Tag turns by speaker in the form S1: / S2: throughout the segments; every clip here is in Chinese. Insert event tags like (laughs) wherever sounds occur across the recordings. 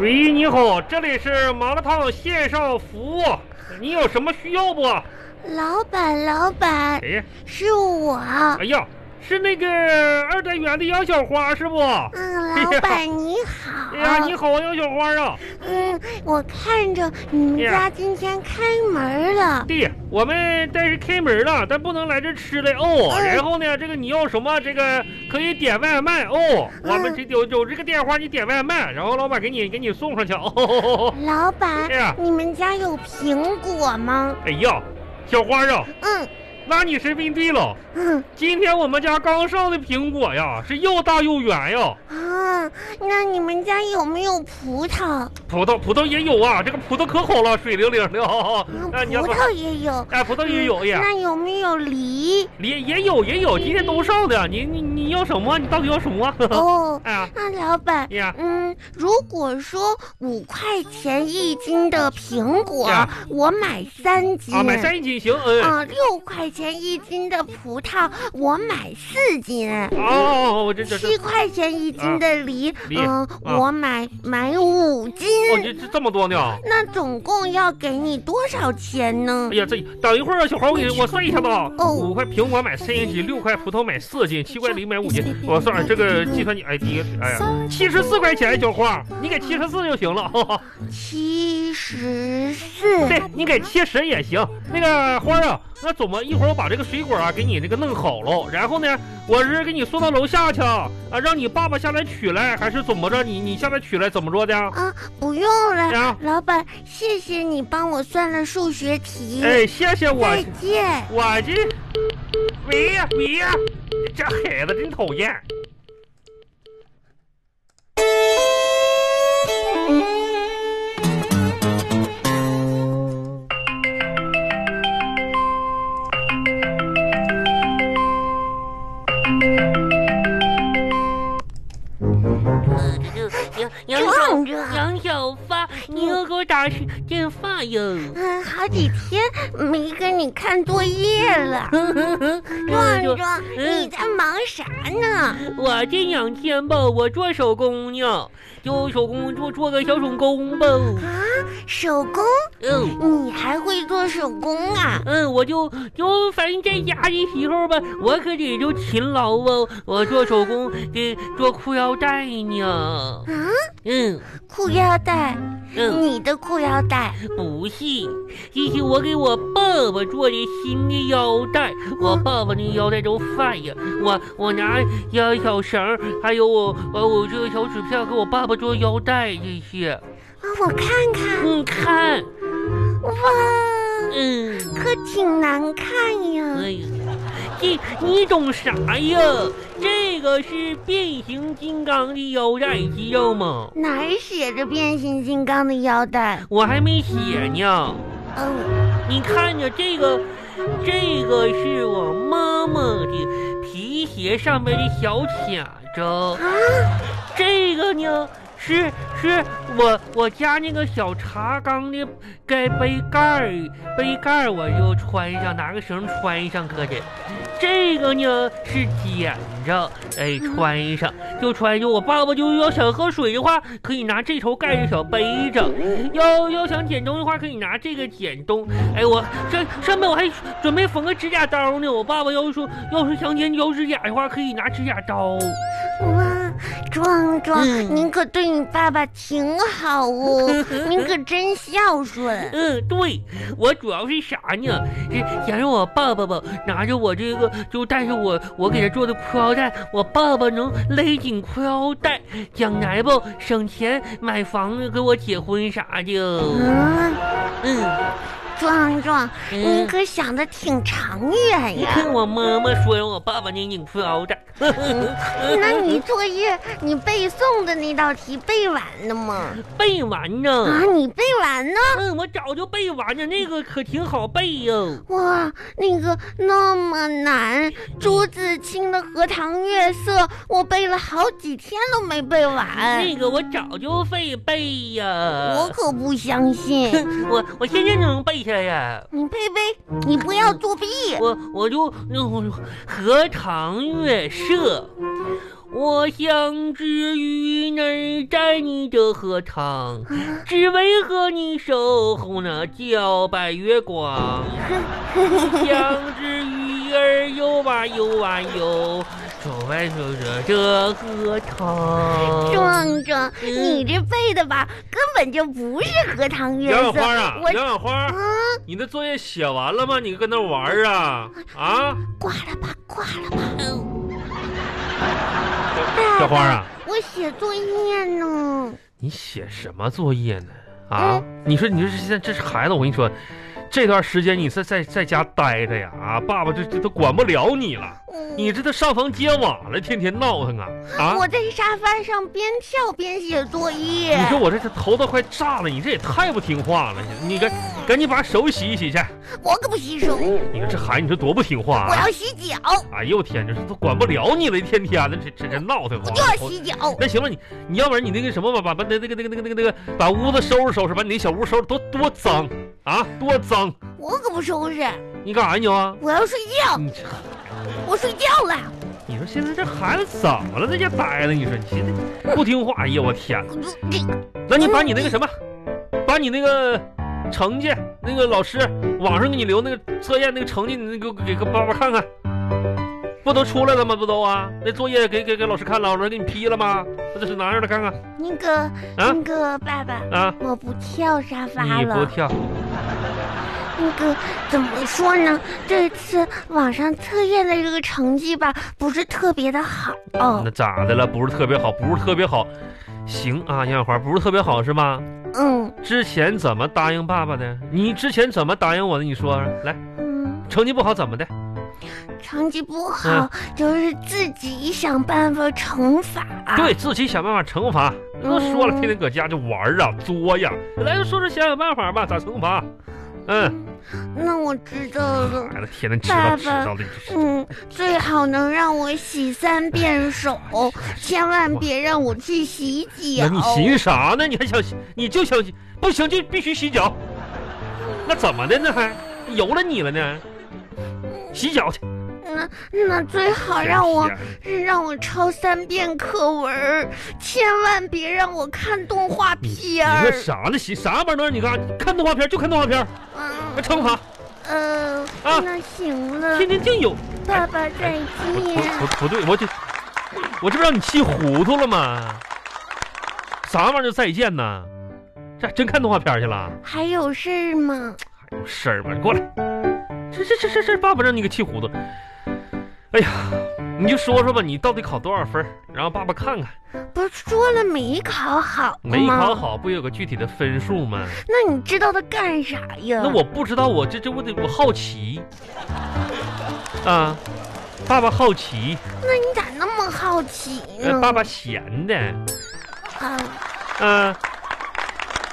S1: 喂，你好，这里是麻辣烫线上服务，你有什么需要不？
S2: 老板，老板，
S1: 哎，
S2: 是我。
S1: 哎呀，是那个二单元的杨小花是不？
S2: 嗯，老板你好。
S1: 哎呀，你好，杨小花啊！
S2: 嗯，我看着你们
S1: 哎呀
S2: 家今天开门了。
S1: 对，我们但是开门了，但不能来这吃了哦。
S2: 嗯
S1: 然后呢，这个你要什么，这个可以点外卖哦。我们
S2: 嗯
S1: 这有有这个电话，你点外卖，然后老板给你给你送上去哦。 (laughs)
S2: 老板
S1: 哎呀，
S2: 你们家有苹果吗？
S1: 哎呀，小花啊，
S2: 嗯
S1: 那你是问对了。
S2: 嗯
S1: 今天我们家刚上的苹果呀，是又大又圆呀。
S2: 啊，那你们家有没有葡萄？啊
S1: 葡萄，葡萄也有啊，这个葡萄可好了，水灵灵的 (laughs) 啊
S2: 嗯，。
S1: 哎，你要
S2: 葡
S1: 不，
S2: 萄也有。嗯
S1: 哎，葡萄也有呀，
S2: 那有没有梨？
S1: 也也有也有，今天都上的。你你你要什么？你到底要什么？
S2: 哦，
S1: (laughs) 哎呀，
S2: 那老板，
S1: 哎呀，
S2: 嗯，如果说五块钱一斤的苹果
S1: 呀，
S2: 我买三斤。
S1: 啊，买三斤行，嗯。
S2: 啊，六块钱一斤的葡萄，我买四斤；
S1: 哦，我这这这
S2: 七，块钱一斤的梨，
S1: 梨
S2: 嗯，
S1: 啊
S2: 我买买五斤。
S1: 哦，这这这么多呢？
S2: 那总共要给你多少钱呢
S1: 哎？呀，这等一会儿啊，小花，我给我算一下子啊。
S2: 嗯哦
S1: 五块苹果买三斤，六块葡萄买四斤，七块梨买五斤。
S2: 嗯
S1: 我算这个计算你，哎，你哎呀，七十四块钱，小花，你给七十四就行了。 (laughs) 哈哈
S2: 七十四。
S1: 对你给切十也行。那个花儿啊，那怎么一会儿我把这个水果啊给你这个弄好喽，然后呢，我是给你送到楼下去啊，啊让你爸爸下来取来，还是怎么着？你你下来取来怎么着的？
S2: 啊，不用了，
S1: 啊，
S2: 老板，谢谢你帮我算了数学题。
S1: 哎，谢谢我
S2: 再，见。
S1: 我这，喂呀喂呀，这孩子真讨厌。
S3: 杨杨小
S2: 壮着。
S3: 杨小发，你又给我打是电话哟。
S2: 嗯，好几天没跟你看作业了。
S3: 嗯
S2: 壮壮，你在忙啥呢？
S3: 我这两天吧，我做手工呢，就手工做做个小手工吧。
S2: 啊，手工？
S3: 嗯
S2: 你还会做手工啊？
S3: 嗯，我就就反正在家的时候吧，我可得就勤劳哦。我做手工给做裤腰带呢。
S2: 啊，
S3: 嗯
S2: 裤腰带，
S3: 嗯，
S2: 你的裤腰带，
S3: 不是，这是我给我爸爸做的新的腰带，我爸爸那腰带都坏呀。我我拿小小绳儿，还有我我我这个小纸片给我爸爸做腰带这些。
S2: 啊，我看看，
S3: 你看，
S2: 哇，
S3: 嗯，
S2: 可挺难看呀。
S3: 哎呀，这你懂啥呀？这个是变形金刚的腰带，你知道吗？
S2: 哪儿写着变形金刚的腰带？
S3: 我还没写呢。
S2: 哦，
S3: 你看着这个，这个是我妈妈的皮鞋上面的小卡子，
S2: 啊，
S3: 这个呢是是我我家那个小茶缸的盖杯盖儿，杯盖儿我就穿上，拿个绳穿上搁的。这个呢是剪着，哎，穿上就穿上。我爸爸就要想喝水的话，可以拿这头盖着小杯子；要要想剪东西的话，可以拿这个剪东。哎，我这上面我还准备缝个指甲刀呢。我爸爸要是说要是想剪脚指甲的话，可以拿指甲刀。
S2: 哇，壮壮，
S3: 嗯
S2: 你可对你爸爸挺好
S3: (laughs)
S2: 哦，你可真孝顺。
S3: 嗯，对，我主要是啥呢？是想让我爸爸吧，拿着我这个，就带着我我给他做的裤腰带，我爸爸能勒紧裤腰带，将来吧省钱买房子给我结婚啥的。
S2: 嗯，
S3: 嗯，
S2: 壮壮，你
S3: 嗯
S2: 可想的挺长远
S3: 你
S2: 呀。
S3: 看我妈妈说让我爸爸勒紧裤腰带， (laughs)
S2: 嗯那
S1: (laughs)
S2: 你作业你背诵的那道题背完了吗？
S3: 背完
S1: 嗯
S2: 啊
S3: 呢。，
S2: 你背完呢？
S3: 嗯，我早就背完了，那个可挺好背哟。
S2: 哇，那个那么难，朱自清的《荷塘月色》，我背了好几天都没背完
S3: 那，个我早就会背呀，
S2: 哎我可不相信。
S3: 我我现在能背下呀。
S2: (laughs) 你背背，你不要作弊。
S3: 我我就那我荷塘月色，我想知鱼儿在你的荷塘，只为和你守候那皎白月光。想知鱼儿游啊游啊游，走外走着这荷塘。
S2: 壮壮，
S1: 嗯
S2: 你这背的吧，根本就不是荷塘月
S1: 杨小
S2: 色。
S1: 花啊，
S2: 我
S1: 杨小花，你的作业写完了吗？你搁那玩儿啊啊，
S2: 挂了吧，挂了吧。
S1: (laughs) 小花啊，
S2: 哎我写作业呢。
S1: 你写什么作业呢？啊，
S2: 嗯
S1: 你说你说这现在这是孩子，我跟你说，这段时间你在在在家待着呀啊，爸爸这这都管不了你了，
S2: 嗯
S1: 你这都上房揭瓦了，天天闹腾啊啊！
S2: 我在沙发上边跳边写作业
S1: 你。说我这这头都快炸了，你这也太不听话了！你赶
S2: 嗯
S1: 赶紧把手洗一洗去。
S2: 我可不洗手，我
S1: 你看这孩子，你说多不听话啊！
S2: 嗯要洗脚，
S1: 哎呦我天，这都管不了你了，一天天的，这这这闹腾啊
S2: 我
S1: 慌
S2: 就。要洗脚。
S1: 那行了，你你要不然你那个什么吧，把把那那个那个那个那个那个把屋子收拾收拾，把你那小屋收拾多多脏啊，多脏！
S2: 我可不收拾，
S1: 你干啥你啊？
S2: 我要睡觉。
S1: 你这
S2: 我睡觉了，
S1: 你说现在这孩子怎么了，在家待着？你说你现在不听话，哎呀我天呐！
S2: 这
S1: 那你把你那个什么，把你那个成绩，那个老师网上给你留那个测验那个成绩，你给我给给爸爸看看，不都出来了吗？不都啊？那作业给给给老师看了，老师给你批了吗？那这是拿着了看看
S2: 那个那个爸爸，
S1: 啊！
S2: 我不跳沙发
S1: 你不
S2: 了。
S1: 跳，
S2: 那个怎么说呢？这次网上测验的这个成绩吧，不是特别的好。
S1: 那咋的了？不是特别好，不是特别好，行啊，杨小花，不是特别好是吧？
S2: 嗯
S1: 之前怎么答应爸爸的？你之前怎么答应我的？你说说来，
S2: 嗯，
S1: 成绩不好怎么的？
S2: 成绩不
S1: 嗯
S2: 好，就是自己想办法惩罚。嗯
S1: 对自己想办法惩罚。都说了，天天搁家就玩儿啊，作呀。来说说想想办法吧，咋惩罚？嗯，
S2: 那我知道了。
S1: 孩子天天知道
S2: 爸爸
S1: 知道的，这
S2: 嗯，最好能让我洗三遍手，千万别让我去洗
S1: 那
S2: 脚。
S1: 你寻啥呢？你还想洗你就想洗不行就必须洗脚，那怎么的呢？还由了你了呢？洗脚去，
S2: 那那最好让我
S1: 天
S2: 让我抄三遍课文儿，千万别让我看动画片
S1: 你说。
S2: 儿
S1: 啥呢？洗啥玩意儿都让你看，看动画片就看动画片，
S2: 嗯
S1: 那惩罚
S2: 呃，
S1: 啊
S2: 那行了，
S1: 天天净有。
S2: 爸爸再
S1: 不不
S2: 见。
S1: 不不对，我这我这不让你气糊涂了吗？啥玩意儿就再见呢？这还真看动画片去了？
S2: 还有事儿吗？
S1: 有事儿吗？过来，这这这这这，爸爸让你给气糊涂。哎呀，你就说说吧，你到底考多少分儿？然后爸爸看看，
S2: 不是说了没考好吗？
S1: 没考。好不有个具体的分数吗？
S2: 那你知道他干啥呀？
S1: 那我不知道，我这这我得我好奇啊，爸爸好奇，
S2: 那你咋那么好奇
S1: 呃
S2: 呢？
S1: 爸爸闲的，
S2: 啊，
S1: 嗯、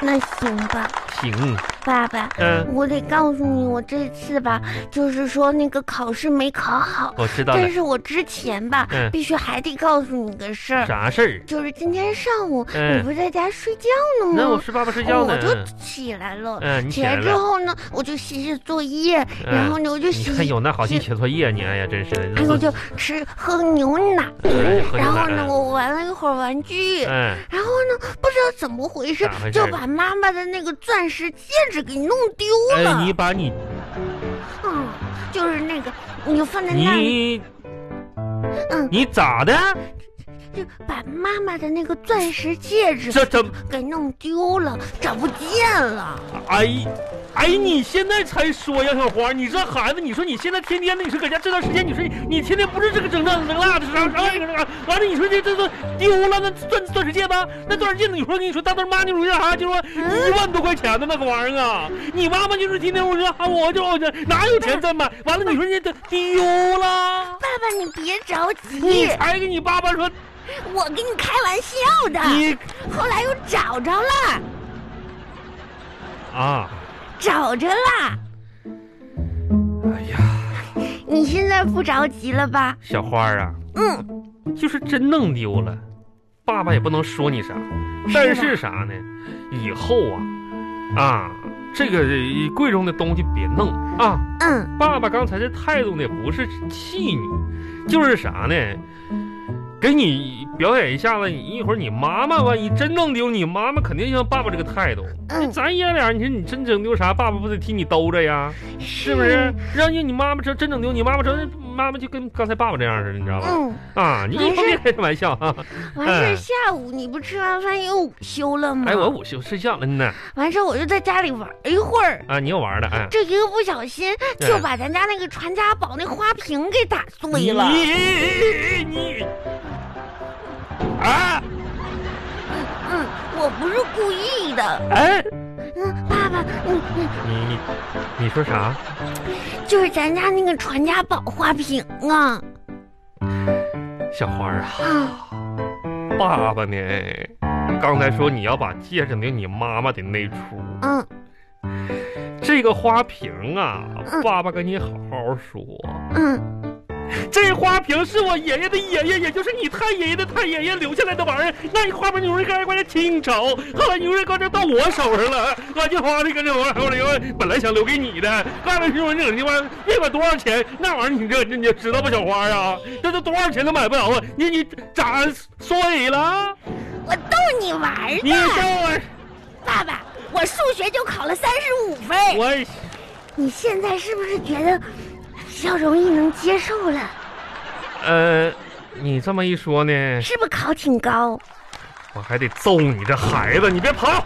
S2: 那行吧，
S1: 行，
S2: 爸爸。
S1: 嗯、
S2: 我得告诉你，我这次吧，就是说那个考试没考好，
S1: 我知道了
S2: 但。是我之前吧，
S1: 嗯
S2: 必须还得告诉你个事儿，
S1: 啥事儿？
S2: 就是今天上午、
S1: 嗯
S2: 你不是在家睡觉呢吗？
S1: 那我是爸爸睡觉
S2: 我
S1: 呢。
S2: 就起来了，
S1: 嗯，你起
S2: 起
S1: 来
S2: 来之
S1: 了。嗯
S2: 后呢，我就写写作业，然后呢我就
S1: 你
S2: 洗，
S1: 还有那好心
S2: 洗
S1: 写作业，你哎呀，真是的。
S2: 然后就吃喝牛奶，
S1: 哎呀喝牛
S2: 然后
S1: 奶
S2: 呢
S1: 嗯
S2: 我玩了一会儿玩具。
S1: 嗯，
S2: 然后呢，不知道怎么回事
S1: 咋回，事
S2: 就把妈妈的那个钻石戒指给弄丢了。
S1: 哎，你把你
S2: 嗯，就是那个，你就放在那里，
S1: 你
S2: 嗯，
S1: 你咋的？
S2: 就把妈妈的那个钻石戒指
S1: 这怎？
S2: 给弄丢了，找不见了。
S1: 哎，哎，你现在才说呀，小花，你这孩子，你说你现在天天的，你说搁家这段时间，你说你你天天不是这个整整整那的，啥啥玩意儿啊？完了，你说这这都丢了，那钻钻石戒吧，那钻石戒，你说跟你说，当时妈就说啥，就说一万多块钱的那个玩意儿啊，你妈妈就是天天我说啊，我就我就哪有钱再买？完了，你说人家丢了，
S2: 爸爸，你别着
S1: 你
S2: 急，
S1: 才跟你爸爸说，
S2: 我跟你开玩笑的。
S1: 你
S2: 后来又找着了，
S1: 啊，
S2: 找着了。
S1: 哎呀，
S2: 你现在不着急了吧？
S1: 小花啊。
S2: 嗯，
S1: 就是真弄丢了，爸爸也不能说你啥。但是啥呢？以后啊，啊，这个呃贵重的东西别弄啊。
S2: 嗯，
S1: 爸爸刚才这态度呢，不是气你，就是啥呢？给你表演一下子，你一会儿你妈妈万一真弄丢，你妈妈肯定像爸爸这个态度。
S2: 嗯
S1: 咱爷俩，你说你真整丢啥，爸爸不得替你兜着呀？是
S2: 是
S1: 不是？让你你妈妈真真整丢，你妈妈真妈妈就跟刚才爸爸这样似的，你知道吧？
S2: 嗯，
S1: 啊，你一
S2: 完事
S1: 方面开什么玩笑啊？
S2: 完事
S1: 哎
S2: 儿下午你不吃完饭又午休了吗？
S1: 哎，我午休睡觉了呢。
S2: 完事儿我就在家里玩儿一会儿，
S1: 啊，你又玩了哎。
S2: 这一个不小心就把咱家那个传家宝那花瓶给打碎了。
S1: 你你啊！
S2: 嗯，我不是故意的。
S1: 哎，
S2: 嗯，爸爸，嗯嗯，
S1: 你你你说啥？
S2: 就是咱家那个传家宝花瓶啊
S1: 小花儿啊，
S2: 啊，
S1: 爸爸呢？刚才说你要把戒指给你妈妈的那出，
S2: 嗯
S1: 这个花瓶啊，
S2: 嗯
S1: 爸爸跟你好好说，
S2: 嗯，
S1: 这花瓶是我爷爷的爷爷，也就是你太爷爷的太爷爷留下来的玩意儿。那你花瓶牛肉干关键清朝，后来牛肉干就到我手上了，我就花的跟这玩意儿，我留本来想留给你的，干了牛肉整这玩意儿，别管多少钱，那玩意儿你这你你知道吧，小花啊， (laughs) 这都多少钱都买不着啊！你你咋碎了？
S2: 我逗你玩儿
S1: 你说
S2: 的，
S1: 我
S2: 爸爸。我数学就考了三十五分，
S1: 我
S2: 你现在是不是觉得比较容易能接受了？
S1: 呃，你这么一说呢，
S2: 是不是考挺高？
S1: 我还得揍你这孩子，你别跑。